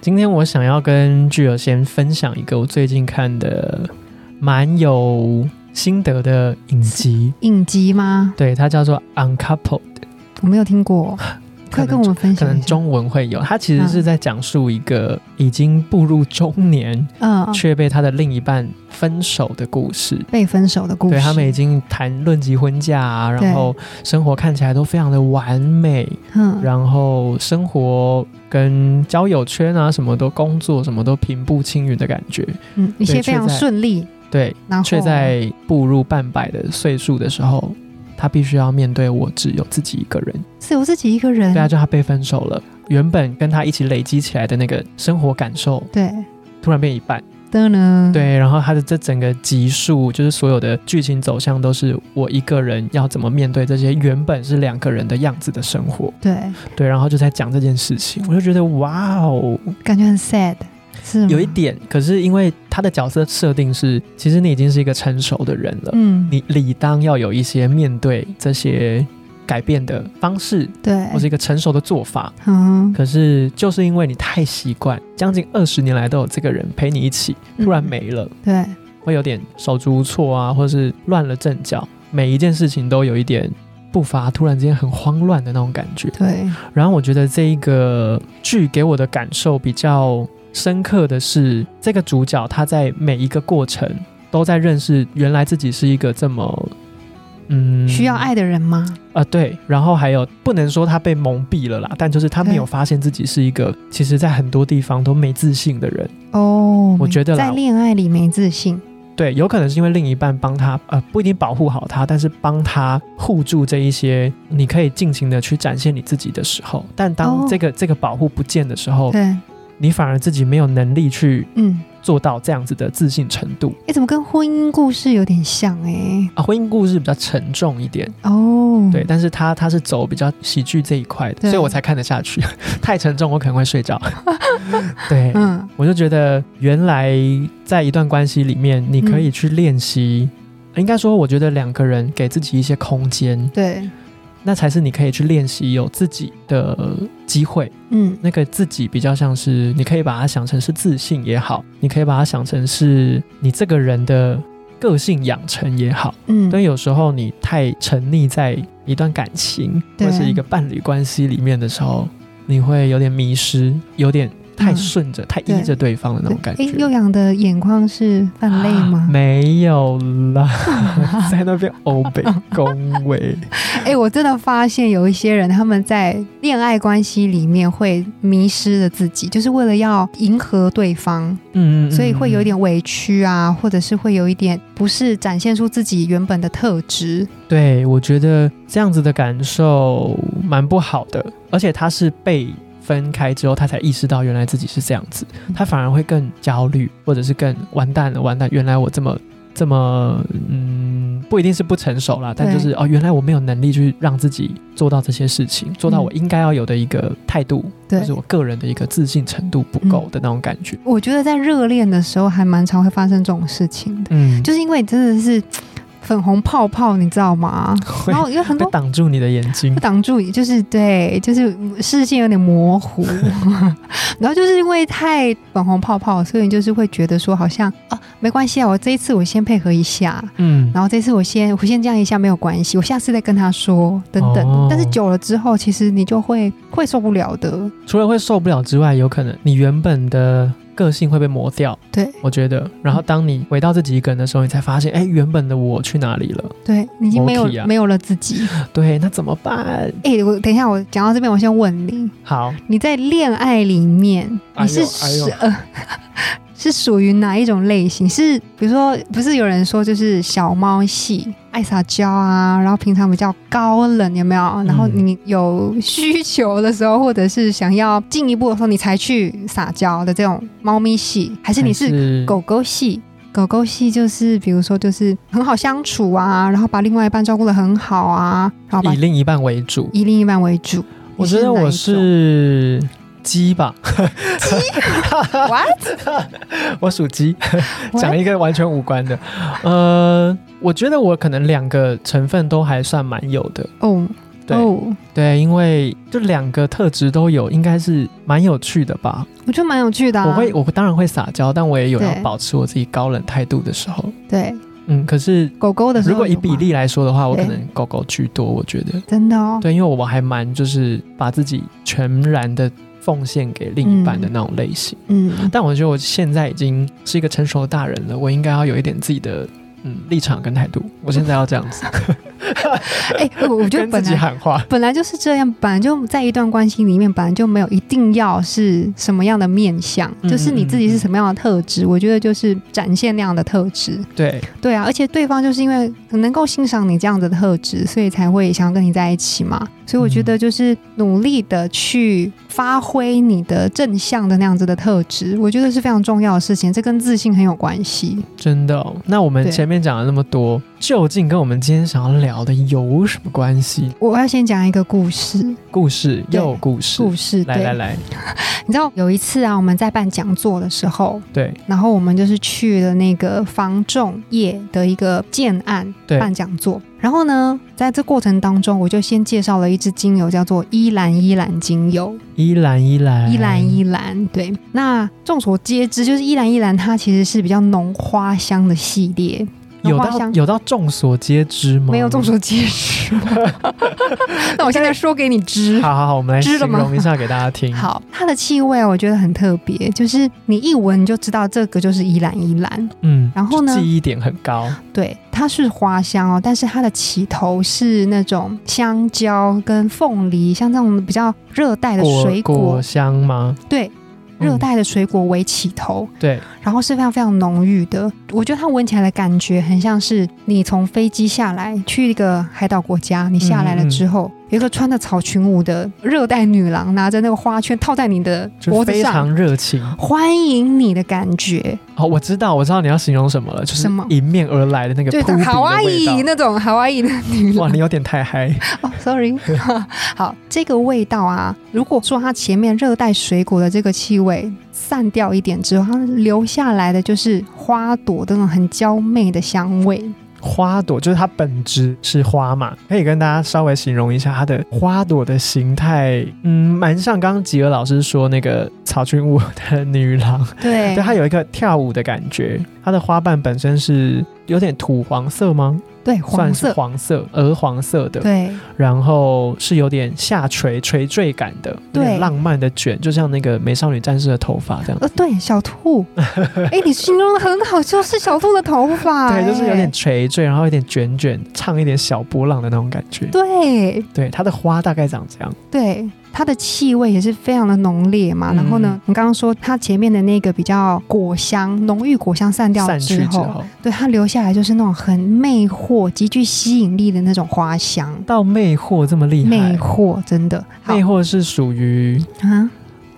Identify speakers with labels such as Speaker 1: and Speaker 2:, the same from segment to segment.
Speaker 1: 今天我想要跟巨友先分享一个我最近看的蛮有心得的影集，
Speaker 2: 影集吗？
Speaker 1: 对，它叫做《Uncoupled》，
Speaker 2: 我没有 听过，快跟我们分
Speaker 1: 可
Speaker 2: 享
Speaker 1: 能
Speaker 2: 一下。
Speaker 1: 中文会有。它其实是在讲述一个已经步入中年
Speaker 2: 嗯，嗯
Speaker 1: 却被他的另一半分手的故事。
Speaker 2: 被分手的故事。
Speaker 1: 对他们已经谈论及婚嫁、啊，
Speaker 2: 对
Speaker 1: 然后生活看起来都非常的完美，
Speaker 2: 嗯，
Speaker 1: 然后生活跟交友圈啊，什么都工作，什么都平步青云的感觉。
Speaker 2: 嗯，一
Speaker 1: 对
Speaker 2: 切非常
Speaker 1: 却在
Speaker 2: 顺利，
Speaker 1: 对，
Speaker 2: 然后
Speaker 1: 却在步入半百的岁数的时候，他必须要面对我只有自己一个人。
Speaker 2: 是我自己一个人。
Speaker 1: 对啊，就他被分手了，原本跟他一起累积起来的那个生活感受，
Speaker 2: 对，
Speaker 1: 突然变一半。
Speaker 2: 的呢？，
Speaker 1: 对，然后他的这整个集数，就是所有的剧情走向，都是我一个人要怎么面对这些原本是两个人的样子的生活。
Speaker 2: 对，
Speaker 1: 对，然后就在讲这件事情，我就觉得哇哦，
Speaker 2: 感觉很 sad，是吗
Speaker 1: 有一，点。可是因为他的角色设定是，其实你已经是一个成熟的人了，
Speaker 2: 嗯，
Speaker 1: 你理当要有一些面对这些改变的方式，
Speaker 2: 对，
Speaker 1: 或是一个成熟的做法。
Speaker 2: 嗯，
Speaker 1: 可是就是因为你太习惯，将近二十年来都有这个人陪你一起，突然
Speaker 2: 嗯
Speaker 1: 没了。
Speaker 2: 对，
Speaker 1: 会有点手足无措啊，或是乱了阵脚，每一件事情都有一点步伐突然之间很慌乱的那种感觉。
Speaker 2: 对，
Speaker 1: 然后我觉得这一个剧给我的感受比较深刻的是，这个主角他在每一个过程都在认识原来自己是一个这么。嗯，
Speaker 2: 需要爱的人吗？
Speaker 1: 啊、对，然后还有不能说他被蒙蔽了啦，但就是他没有
Speaker 2: 对
Speaker 1: 发现自己是一个其实在很多地方都没自信的人。
Speaker 2: 哦，
Speaker 1: 我觉得啦
Speaker 2: 在恋爱里没自信，
Speaker 1: 对，有可能是因为另一半帮他，呃，不一定保护好他，但是帮他护住这一些，你可以尽情的去展现你自己的时候。但当
Speaker 2: 哦
Speaker 1: 这个、这个保护不见的时候，
Speaker 2: 对，
Speaker 1: 你反而自己没有能力去
Speaker 2: 嗯，
Speaker 1: 做到这样子的自信程度
Speaker 2: 哎，怎么跟婚姻故事有点像？哎，
Speaker 1: 啊。婚姻故事比较沉重一点，
Speaker 2: 哦，
Speaker 1: 对，，但是他他是走比较喜剧这一块的，
Speaker 2: 对
Speaker 1: 所以我才看得下去。 太沉重，我可能会睡着。 对，
Speaker 2: 嗯，
Speaker 1: 我就觉得原来在一段关系里面，你可以去练习。
Speaker 2: 嗯
Speaker 1: 应该说，我觉得两个人给自己一些空间，
Speaker 2: 对，
Speaker 1: 那才是你可以去练习有自己的机会。
Speaker 2: 嗯，
Speaker 1: 那个自己比较像是，你可以把它想成是自信也好，你可以把它想成是你这个人的个性养成也好。
Speaker 2: 嗯，
Speaker 1: 但有时候你太沉溺在一段感情或
Speaker 2: 对
Speaker 1: 是一个伴侣关系里面的时候，你会有点迷失，有点太
Speaker 2: 嗯
Speaker 1: 顺着、太
Speaker 2: 对
Speaker 1: 依着对方的那种
Speaker 2: 对
Speaker 1: 感
Speaker 2: 诶
Speaker 1: 觉。？
Speaker 2: 幼阳的眼眶是泛泪吗
Speaker 1: 啊没有 啦，在那边欧北恭维。
Speaker 2: 哎、我真的发现有一些人他们在恋爱关系里面会迷失了自己，就是为了要迎合对方，
Speaker 1: 嗯嗯嗯
Speaker 2: 所以会有一点委屈啊，或者是会有一点不是展现出自己原本的特质。
Speaker 1: 对，我觉得这样子的感受蛮不好的，而且他是被分开之后，他才意识到原来自己是这样子，
Speaker 2: 嗯
Speaker 1: 他反而会更焦虑，或者是更完蛋了，完蛋，原来我这么这么嗯，不一定是不成熟啦，但就是哦，原来我没有能力去让自己做到这些事情，做到我应该要有的一个态度，
Speaker 2: 嗯对嗯
Speaker 1: 就是我个人的一个自信程度不够的那种感觉。
Speaker 2: 我觉得在热恋的时候还蛮常会发生这种事情的，
Speaker 1: 嗯，
Speaker 2: 就是因为真的是粉红泡泡，你知道吗？
Speaker 1: 会
Speaker 2: 然后有很
Speaker 1: 被
Speaker 2: 多
Speaker 1: 挡住你的眼 睛
Speaker 2: 会。挡住你，就是对，就是视线有点模 糊，然后就是因为太粉红泡泡，所以你就是会觉得说好像啊没关系啊，我这一次我先配合一下，
Speaker 1: 嗯，
Speaker 2: 然后这次我先我先这样一下没有关系，我下次再跟他说等等。
Speaker 1: 哦
Speaker 2: 但是久了之后，其实你就会会受不了的，
Speaker 1: 除了会受不了之外，有可能你原本的个性会被磨掉。
Speaker 2: 对
Speaker 1: 我觉得，然后当你回到自己一个人的时候，你才发现，哎，原本的我去哪里了？
Speaker 2: 对你已经没有、
Speaker 1: 磨皮啊
Speaker 2: 没有了自己。
Speaker 1: 对，那怎么办？
Speaker 2: 哎、我等一下，我讲到这边，我先问你，
Speaker 1: 好，
Speaker 2: 你在恋爱里面，
Speaker 1: 哎呦
Speaker 2: 你是
Speaker 1: 哎呦
Speaker 2: 是、呃是属于哪一种类型？是比如说，不是有人说就是小猫系，爱撒娇啊，然后平常比较高冷，有没有？然后
Speaker 1: 嗯
Speaker 2: 你有需求的时候，或者是想要进一步的时候，你才去撒娇的这种猫咪系，还是你是
Speaker 1: 是
Speaker 2: 狗狗系？狗狗系就是比如说就是很好相处啊，然后把另外一半照顾的很好啊，然后把
Speaker 1: 以另一半为主。
Speaker 2: 以另一半为主。
Speaker 1: 我觉得我
Speaker 2: 你是哪一种
Speaker 1: 是鸡吧，
Speaker 2: what
Speaker 1: 我属 鸡，
Speaker 2: What？
Speaker 1: 讲一个完全无关的。呃，我觉得我可能两个成分都还算蛮有的，
Speaker 2: 哦
Speaker 1: 对
Speaker 2: 哦，
Speaker 1: 对，因为就两个特质都有，应该是蛮有趣的吧。
Speaker 2: 我觉得蛮有趣的、啊。
Speaker 1: 我会，我当然会撒娇，但我也有要
Speaker 2: 对
Speaker 1: 保持我自己高冷态度的时候。
Speaker 2: 对
Speaker 1: 嗯，可是
Speaker 2: 狗狗的时候
Speaker 1: 如
Speaker 2: 有吗，
Speaker 1: 果以比例来说的话，我可
Speaker 2: 对
Speaker 1: 能狗狗居多，我觉得。
Speaker 2: 真的哦，
Speaker 1: 对，因为我还蛮就是把自己全然的奉献给另一半的那种类型。
Speaker 2: 嗯，
Speaker 1: 但我觉得我现在已经是一个成熟的大人了，我应该要有一点自己的嗯立场跟态度。我现在要这样子
Speaker 2: 哎、我我觉得
Speaker 1: 跟
Speaker 2: 本
Speaker 1: 自己
Speaker 2: 来。
Speaker 1: 喊话。
Speaker 2: 本来就是这样，本来就在一段关系里面，本来就没有一定要是什么样的面相，
Speaker 1: 嗯
Speaker 2: 就是你自己是什么样的特质，我觉得就是展现那样的特质。
Speaker 1: 对，
Speaker 2: 对啊，而且对方就是因为能够欣赏你这样子的特质，所以才会想要跟你在一起嘛。所以我觉
Speaker 1: 嗯
Speaker 2: 得就是努力的去发挥你的正向的那样子的特质，我觉得是非常重要的事情。这跟自信很有关系。
Speaker 1: 真的哦、那我们
Speaker 2: 对
Speaker 1: 前面讲了那么多，究竟跟我们今天想要聊的有什么关系？
Speaker 2: 我要先讲一个故事，
Speaker 1: 故事
Speaker 2: 对
Speaker 1: 又有故事，
Speaker 2: 故事
Speaker 1: 来
Speaker 2: 对
Speaker 1: 来来，
Speaker 2: 你知道有一次啊，我们在办讲座的时候，
Speaker 1: 对
Speaker 2: 然后我们就是去了那个防重业的一个建案
Speaker 1: 对
Speaker 2: 办讲座。然后呢，在这过程当中，我就先介绍了一支精油，叫做依兰依兰精油。
Speaker 1: 依兰依兰
Speaker 2: 依兰依兰，对。那众所皆知，就是依兰依兰，它其实是比较浓花香的系列，
Speaker 1: 有
Speaker 2: 浓花
Speaker 1: 到
Speaker 2: 香
Speaker 1: 有到众所皆知吗？
Speaker 2: 没有众所皆知。 那我现在说给你知。
Speaker 1: 好好好，我们来形
Speaker 2: 知了吗
Speaker 1: 容一下给大家听。
Speaker 2: 好，它的气味我觉得很特别，就是你一闻你就知道这个就是依兰依兰。
Speaker 1: 嗯，
Speaker 2: 然后呢
Speaker 1: 记忆点很高，
Speaker 2: 对，它是花香哦，但是它的起头是那种香蕉跟凤梨，像这种比较热带的
Speaker 1: 果
Speaker 2: 水果，
Speaker 1: 果香吗？
Speaker 2: 对，
Speaker 1: 嗯
Speaker 2: 热带的水果为起头。
Speaker 1: 对，
Speaker 2: 然后是非常非常浓郁的。我觉得它闻起来的感觉很像是你从飞机下来去一个海岛国家，你下来
Speaker 1: 嗯
Speaker 2: 了之后，有一个穿着草裙舞的热带女郎拿着那个花圈套在你的
Speaker 1: 就
Speaker 2: 脖子
Speaker 1: 非
Speaker 2: 上，
Speaker 1: 常热情。
Speaker 2: 欢迎你的感觉。
Speaker 1: 哦，我知道，我知道你要形容什么了，就是
Speaker 2: 什么
Speaker 1: 迎面而来的那个
Speaker 2: 对，
Speaker 1: 扑鼻
Speaker 2: 好阿
Speaker 1: 的味
Speaker 2: 姨
Speaker 1: 道。
Speaker 2: 那种好阿姨的女
Speaker 1: 哇，
Speaker 2: 郎。
Speaker 1: 你有点太嗨。
Speaker 2: 哦，sorry、s o r r y 好，这个味道啊，如果说它前面热带水果的这个气味散掉一点之后，它留下来的就是花朵那种很娇媚的香味。
Speaker 1: 花朵就是它本质是花嘛，可以跟大家稍微形容一下它的花朵的形态。嗯，蛮像刚刚吉尔老师说那个草裙舞的女郎，
Speaker 2: 对
Speaker 1: 对，它有一个跳舞的感觉。它的花瓣本身是有点土黄色吗？
Speaker 2: 对，
Speaker 1: 算
Speaker 2: 黄
Speaker 1: 是
Speaker 2: 色，
Speaker 1: 黄色，鹅黄色的。
Speaker 2: 对
Speaker 1: 然后是有点下垂、垂坠感的，有
Speaker 2: 对
Speaker 1: 点浪漫的卷，就像那个美少女战士的头发这样。
Speaker 2: 呃，对，小 兔，哎、你形容的很好，就是小兔的头发、
Speaker 1: 对，就是有点
Speaker 2: 哎。
Speaker 1: 垂坠，然后有点卷卷，唱一点小波浪的那种感觉。
Speaker 2: 对
Speaker 1: 对，它的花大概长这样。
Speaker 2: 对，它的气味也是非常的浓烈嘛。
Speaker 1: 嗯
Speaker 2: 然后呢，你刚刚说它前面的那个比较果香、浓郁果香散掉
Speaker 1: 散去
Speaker 2: 之
Speaker 1: 之
Speaker 2: 后，
Speaker 1: 后，
Speaker 2: 对它留下来就是那种很魅惑、极具吸引力的那种花香，
Speaker 1: 到魅惑这么厉害，
Speaker 2: 魅惑真的好
Speaker 1: 魅惑是属于
Speaker 2: 啊！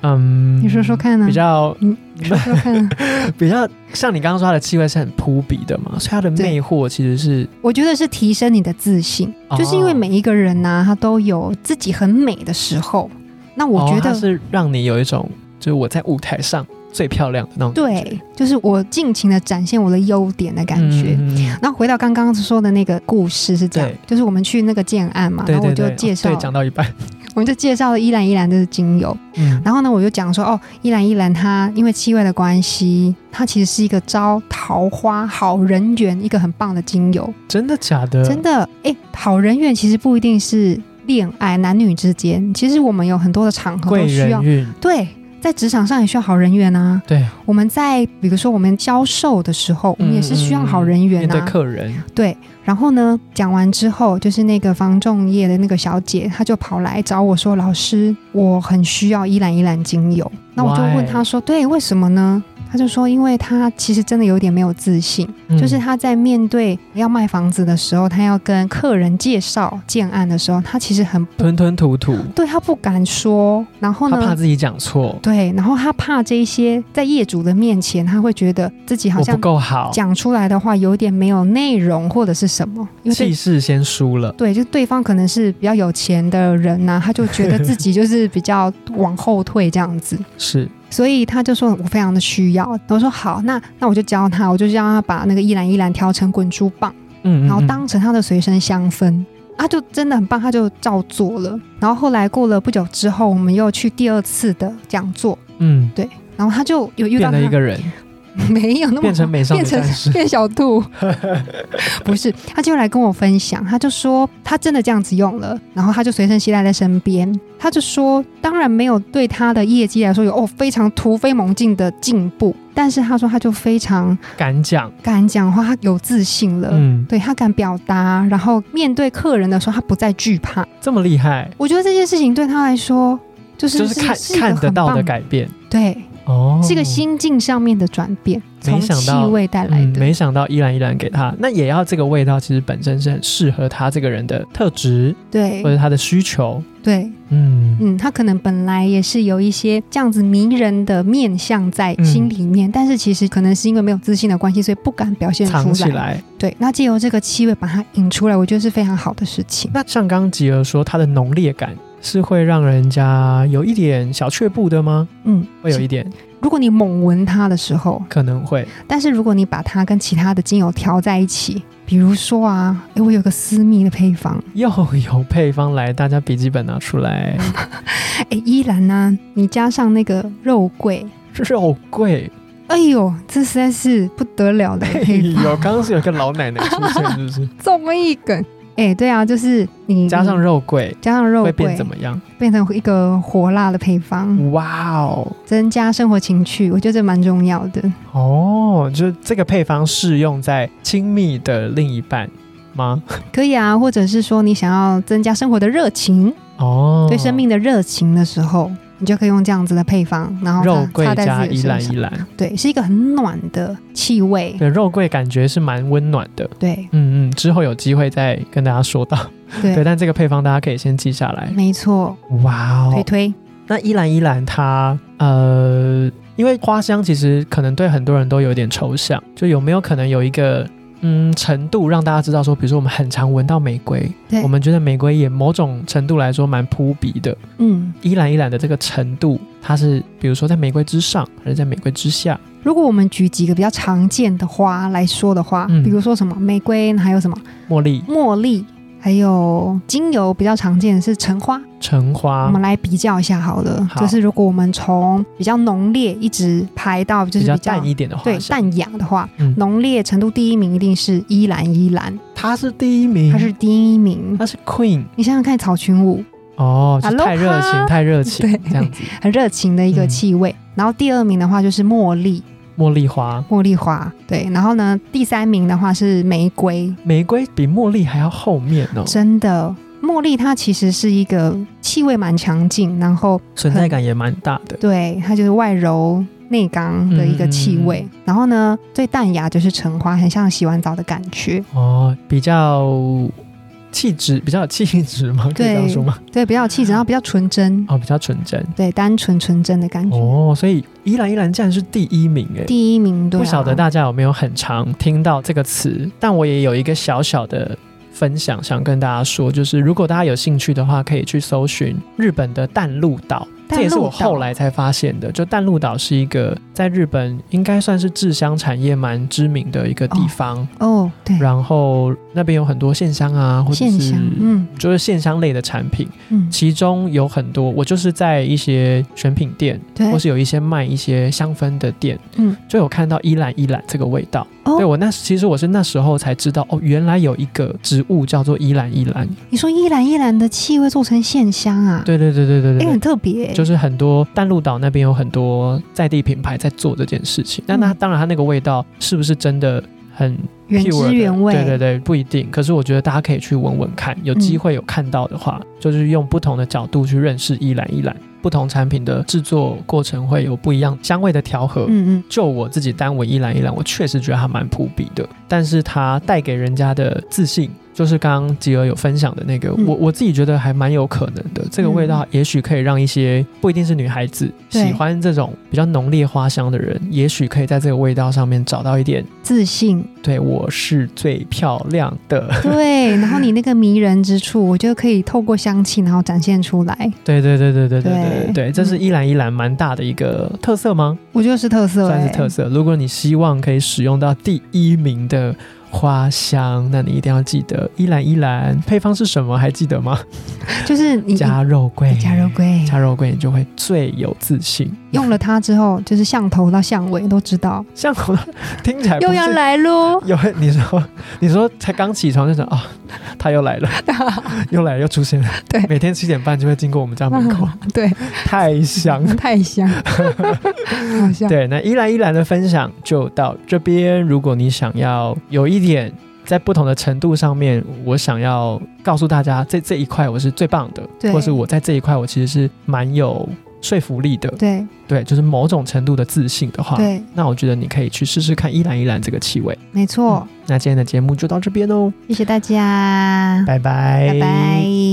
Speaker 1: 嗯，
Speaker 2: 你说说看呢、啊
Speaker 1: 比较
Speaker 2: 说说看 啊、
Speaker 1: 比较像你刚刚说它的气味是很扑鼻的嘛，所以它的
Speaker 2: 对
Speaker 1: 魅惑其实是
Speaker 2: 我觉得是提升你的自信，
Speaker 1: 哦
Speaker 2: 就是因为每一个人呐、他都有自己很美的时候。那我
Speaker 1: 哦
Speaker 2: 觉
Speaker 1: 它
Speaker 2: 得，
Speaker 1: 是让你有一种就是我在舞台上最漂亮的那种感觉
Speaker 2: 对，就是我尽情的展现我的优点的感觉。
Speaker 1: 嗯嗯嗯
Speaker 2: 那回到刚刚说的那个故事是这样
Speaker 1: 对，
Speaker 2: 就是我们去那个建案嘛，
Speaker 1: 对对
Speaker 2: 然后
Speaker 1: 对，哦
Speaker 2: 我就介绍
Speaker 1: 对，，讲到 一半，
Speaker 2: 我们就介绍了依兰依兰的精油，
Speaker 1: 嗯，
Speaker 2: 然后呢，我就讲说哦，依兰依兰它因为气味的关系，它其实是一个招桃花好人缘一个很棒的精油，
Speaker 1: 真的假的？
Speaker 2: 真的，哎、好人缘其实不一定是恋爱，男女之间，其实我们有很多的场合
Speaker 1: 贵
Speaker 2: 都需
Speaker 1: 人
Speaker 2: 要。
Speaker 1: 运，
Speaker 2: 对，在职场上也需要好人缘啊。
Speaker 1: 对，
Speaker 2: 我们在比如说我们销售的时候，我们也是需要好人
Speaker 1: 嗯面
Speaker 2: 缘
Speaker 1: 对
Speaker 2: 啊。
Speaker 1: 客人，
Speaker 2: 对，然后呢，讲完之后，就是那个防仲业的那个小姐，她就跑来找我说：“老师，我很需要依兰依兰精油。”那我就
Speaker 1: Why？
Speaker 2: 问她说：“对，为什么呢？”他就说，因为他其实真的有点没有自信，
Speaker 1: 嗯
Speaker 2: 就是他在面对要卖房子的时候，他要跟客人介绍建案的时候，他其实很
Speaker 1: 吞吞吐吐，
Speaker 2: 对他不敢说，然后
Speaker 1: 他怕
Speaker 2: 呢？
Speaker 1: 自己讲错，
Speaker 2: 对，然后他怕这一些在业主的面前，他会觉得自己好
Speaker 1: 我不
Speaker 2: 像
Speaker 1: 够好，
Speaker 2: 讲出来的话有点没有内容或者是什么，因为对
Speaker 1: 气势先输了。
Speaker 2: 对，就对方可能是比较有钱的人呐、他就觉得自己就是比较往后退这样子，
Speaker 1: 是，
Speaker 2: 所以他就说我非常的需要，我说好，那那我就教他，我就让他把那个一篮一篮调成滚珠棒，
Speaker 1: 嗯，嗯
Speaker 2: 然后
Speaker 1: 嗯
Speaker 2: 当成他的随身香氛。啊，就真的很棒，他就照做了。然后后来过了不久之后，我们又去第二次的讲座，
Speaker 1: 嗯
Speaker 2: 然后他就有遇到
Speaker 1: 变
Speaker 2: 他
Speaker 1: 了一个人，
Speaker 2: 没有那么
Speaker 1: 变成美少女
Speaker 2: 变成
Speaker 1: 战士，
Speaker 2: 变小 兔，不是，他就来跟我分享，他就说他真的这样子用了，然后他就随身携带在身边，他就说当然没有对他的业绩来说有哦非常突飞猛进的进步，但是他说他就非常
Speaker 1: 敢讲，
Speaker 2: 敢讲话，他有自信了。
Speaker 1: 嗯，
Speaker 2: 对他敢表达，然后面对客人的时候，他不再惧怕。
Speaker 1: 这么厉害，
Speaker 2: 我觉得这件事情对他来说，就是
Speaker 1: 就是看
Speaker 2: 是一个
Speaker 1: 看得
Speaker 2: 很
Speaker 1: 到
Speaker 2: 棒
Speaker 1: 的改变
Speaker 2: 对，
Speaker 1: 哦，
Speaker 2: 是一个心境上面的转变，从
Speaker 1: 没想
Speaker 2: 气
Speaker 1: 到
Speaker 2: 味带来
Speaker 1: 嗯，
Speaker 2: 的。
Speaker 1: 没想到依然依然给他，那也要这个味道，其实本身是很适合他这个人的特质
Speaker 2: 对
Speaker 1: 或者他的需求，
Speaker 2: 对，
Speaker 1: 嗯，
Speaker 2: 嗯，他可能本来也是有一些这样子迷人的面相在心里面，
Speaker 1: 嗯
Speaker 2: 但是其实可能是因为没有自信的关系，所以不敢表现出
Speaker 1: 藏
Speaker 2: 来。
Speaker 1: 起来。
Speaker 2: 对，那借由这个气味把它引出来，我觉得是非常好的事情。
Speaker 1: 那像刚吉儿说，它的浓烈感是会让人家有一点小却步的吗？
Speaker 2: 嗯，
Speaker 1: 会有一点，
Speaker 2: 如果你猛闻它的时候，
Speaker 1: 可能会，
Speaker 2: 但是如果你把它跟其他的精油调在一起，比如说啊，诶，我有个私密的配方，
Speaker 1: 又有配方来，大家笔记本拿出来。
Speaker 2: 诶，依然呢、你加上那个肉桂，
Speaker 1: 肉桂，
Speaker 2: 哎呦，这实在是不得了的
Speaker 1: 哎
Speaker 2: 配
Speaker 1: 呦，
Speaker 2: 方，
Speaker 1: 刚刚是有个老奶奶出现，是不是？
Speaker 2: 综艺梗。哎，对啊，就是你
Speaker 1: 加上肉桂
Speaker 2: 加上肉
Speaker 1: 会
Speaker 2: 桂，
Speaker 1: 变怎么样？
Speaker 2: 变成一个火辣的配方，
Speaker 1: 哇哦，
Speaker 2: 增加生活情趣，我觉得这蛮重要的。
Speaker 1: 哦，就是这个配方适用在亲密的另一半吗？
Speaker 2: 可以啊，或者是说你想要增加生活的热情，
Speaker 1: 哦，
Speaker 2: 对生命的热情的时候，你就可以用这样子的配方，然后
Speaker 1: 肉桂
Speaker 2: 擦啊在
Speaker 1: 加
Speaker 2: 自己
Speaker 1: 依
Speaker 2: 的
Speaker 1: 兰
Speaker 2: 身
Speaker 1: 依
Speaker 2: 上，嗯
Speaker 1: 兰，
Speaker 2: 对，是一个很暖的气味，
Speaker 1: 对，肉桂感觉是蛮温暖的。
Speaker 2: 对
Speaker 1: 嗯嗯，之后有机会再跟大家说到。
Speaker 2: 对
Speaker 1: 对，但这个配方大家可以先记下来。
Speaker 2: 没错，
Speaker 1: 哇
Speaker 2: 推
Speaker 1: 哦，
Speaker 2: 推，
Speaker 1: 那依兰依兰它呃，因为花香其实可能对很多人都有点抽象，就有没有可能有一个嗯程度让大家知道说，比如说我们很常闻到玫瑰，
Speaker 2: 对
Speaker 1: 我们觉得玫瑰也某种程度来说蛮扑鼻的。
Speaker 2: 嗯。
Speaker 1: 依兰依兰的这个程度，它是比如说在玫瑰之上，还是在玫瑰之下？
Speaker 2: 如果我们举几个比较常见的花来说的话，
Speaker 1: 嗯
Speaker 2: 比如说什么玫瑰，还有什么
Speaker 1: 茉莉、
Speaker 2: 茉莉，还有精油，比较常见的是橙花。
Speaker 1: 橙
Speaker 2: 我
Speaker 1: 花
Speaker 2: 们，来比较一下好了，
Speaker 1: 好
Speaker 2: 就是如果我们从比较浓烈一直排到就是
Speaker 1: 比
Speaker 2: 比
Speaker 1: 较
Speaker 2: 较
Speaker 1: 淡一点的花
Speaker 2: 对
Speaker 1: 香，
Speaker 2: 淡雅的话，
Speaker 1: 嗯
Speaker 2: 浓烈程度第一名一定是依兰依兰，
Speaker 1: 它是第一名，
Speaker 2: 它是第一名。
Speaker 1: 它是 Queen
Speaker 2: 你想想看，草裙舞
Speaker 1: 哦，就
Speaker 2: 啊 Aloha
Speaker 1: 太热情，太热情
Speaker 2: 对，
Speaker 1: 这样子。
Speaker 2: 很热情的一个
Speaker 1: 嗯
Speaker 2: 气味。然后第二名的话就是茉莉，
Speaker 1: 茉莉花，
Speaker 2: 茉莉花对。然后呢，第三名的话是玫瑰，
Speaker 1: 玫瑰比茉莉还要后面哦，
Speaker 2: 真的。茉莉它其实是一个气味蛮强劲，然后
Speaker 1: 存在感也蛮大的。
Speaker 2: 对，它就是外柔内刚的一个气味。
Speaker 1: 嗯
Speaker 2: 然后呢，最淡雅就是橙花，很像洗完澡的感觉。
Speaker 1: 哦，比较气质，比较有气质吗？可以这样说吗？
Speaker 2: 对，比较有气
Speaker 1: 啊
Speaker 2: 质，然后比较纯真，
Speaker 1: 哦，比较纯真。
Speaker 2: 对，单纯纯真的感觉。
Speaker 1: 哦，所以依兰依兰竟然是第一名哎。
Speaker 2: 第一名，嗯对、啊，
Speaker 1: 不晓得大家有没有很常听到这个词，但我也有一个小小的分享想跟大家说，就是如果大家有兴趣的话，可以去搜寻日本的淡路岛。
Speaker 2: 淡路岛
Speaker 1: 这也是我后来才发现的，就淡路岛是一个在日本应该算是制香产业蛮知名的一个地方，
Speaker 2: 哦，对，
Speaker 1: 然后那边有很多线香啊，或者
Speaker 2: 线
Speaker 1: 是
Speaker 2: 香，嗯
Speaker 1: 就是线香类的产品，
Speaker 2: 嗯，
Speaker 1: 其中有很多我就是在一些选品店，
Speaker 2: 对
Speaker 1: 或，是有一些卖一些香氛的店，
Speaker 2: 嗯，
Speaker 1: 就有看到依兰依兰这个味道。
Speaker 2: 哦
Speaker 1: 对我那其实我是那时候才知道，哦，原来有一个植物叫做依兰依兰。
Speaker 2: 你说依兰依兰的气味做成线香啊？，
Speaker 1: 对对对对对对
Speaker 2: 哎、
Speaker 1: 对
Speaker 2: 很特别、欸，
Speaker 1: 就是很多淡路岛那边有很多在地品牌在做这件事情。那那
Speaker 2: 嗯
Speaker 1: 当然，它那个味道是不是真的很
Speaker 2: 原
Speaker 1: pure
Speaker 2: 汁
Speaker 1: 的
Speaker 2: 原味，嗯
Speaker 1: 对对对，不一定。可是我觉得大家可以去闻闻看，有机会有看到的话，就是用不同的角度去认识依兰依兰。不同产品的制作过程会有不一样香味的调和。
Speaker 2: 嗯嗯，
Speaker 1: 就我自己单闻一兰一兰，我确实觉得它蛮扑鼻的，但是它带给人家的自信，就是刚刚吉儿有分享的那个，
Speaker 2: 嗯
Speaker 1: 我我自己觉得还蛮有可能的。这个味道也许可以让一些不一定是女孩子
Speaker 2: 对
Speaker 1: 喜欢这种比较浓烈花香的人，也许可以在这个味道上面找到一点，
Speaker 2: 自 信，
Speaker 1: 对我是最漂亮的。
Speaker 2: 对，然后你那个迷人之处，我觉得可以透过香气，然后展现出来，
Speaker 1: 对对对对对对对
Speaker 2: 对
Speaker 1: 对
Speaker 2: 嗯
Speaker 1: 对，这是依兰依兰蛮大的一个特色吗？
Speaker 2: 我觉得是特色、欸，
Speaker 1: 算是特色。如果你希望可以使用到第一名的花香，那你一定要记得依兰依兰配方是什么？还记得吗？
Speaker 2: 就是你
Speaker 1: 加肉桂，
Speaker 2: 你加肉，桂，
Speaker 1: 加肉桂，你就会最有自 信。
Speaker 2: 用了它之后，就是巷头到巷尾都知道，
Speaker 1: 像我 听起哎来不
Speaker 2: 又
Speaker 1: 是
Speaker 2: 要来喽。
Speaker 1: 有你说，你说才刚起床就想啊、他又来 了，又来了又出现了。
Speaker 2: 对
Speaker 1: 每天七点半就会经过我们家门口，
Speaker 2: 对，
Speaker 1: 太香了。
Speaker 2: 嗯太香， 好香。
Speaker 1: 对，那依兰依兰的分享就到这边。如果你想要有一点在不同的程度上面，我想要告诉大家，这这一块我是最棒的，
Speaker 2: 对
Speaker 1: 或是我在这一块我其实是蛮有说服力的，
Speaker 2: 对
Speaker 1: 对，就是某种程度的自信的话，
Speaker 2: 对，
Speaker 1: 那我觉得你可以去试试看依兰依兰这个气味。
Speaker 2: 没错
Speaker 1: 嗯，那今天的节目就到这边哦，
Speaker 2: 谢谢大家，
Speaker 1: 拜拜，
Speaker 2: 拜拜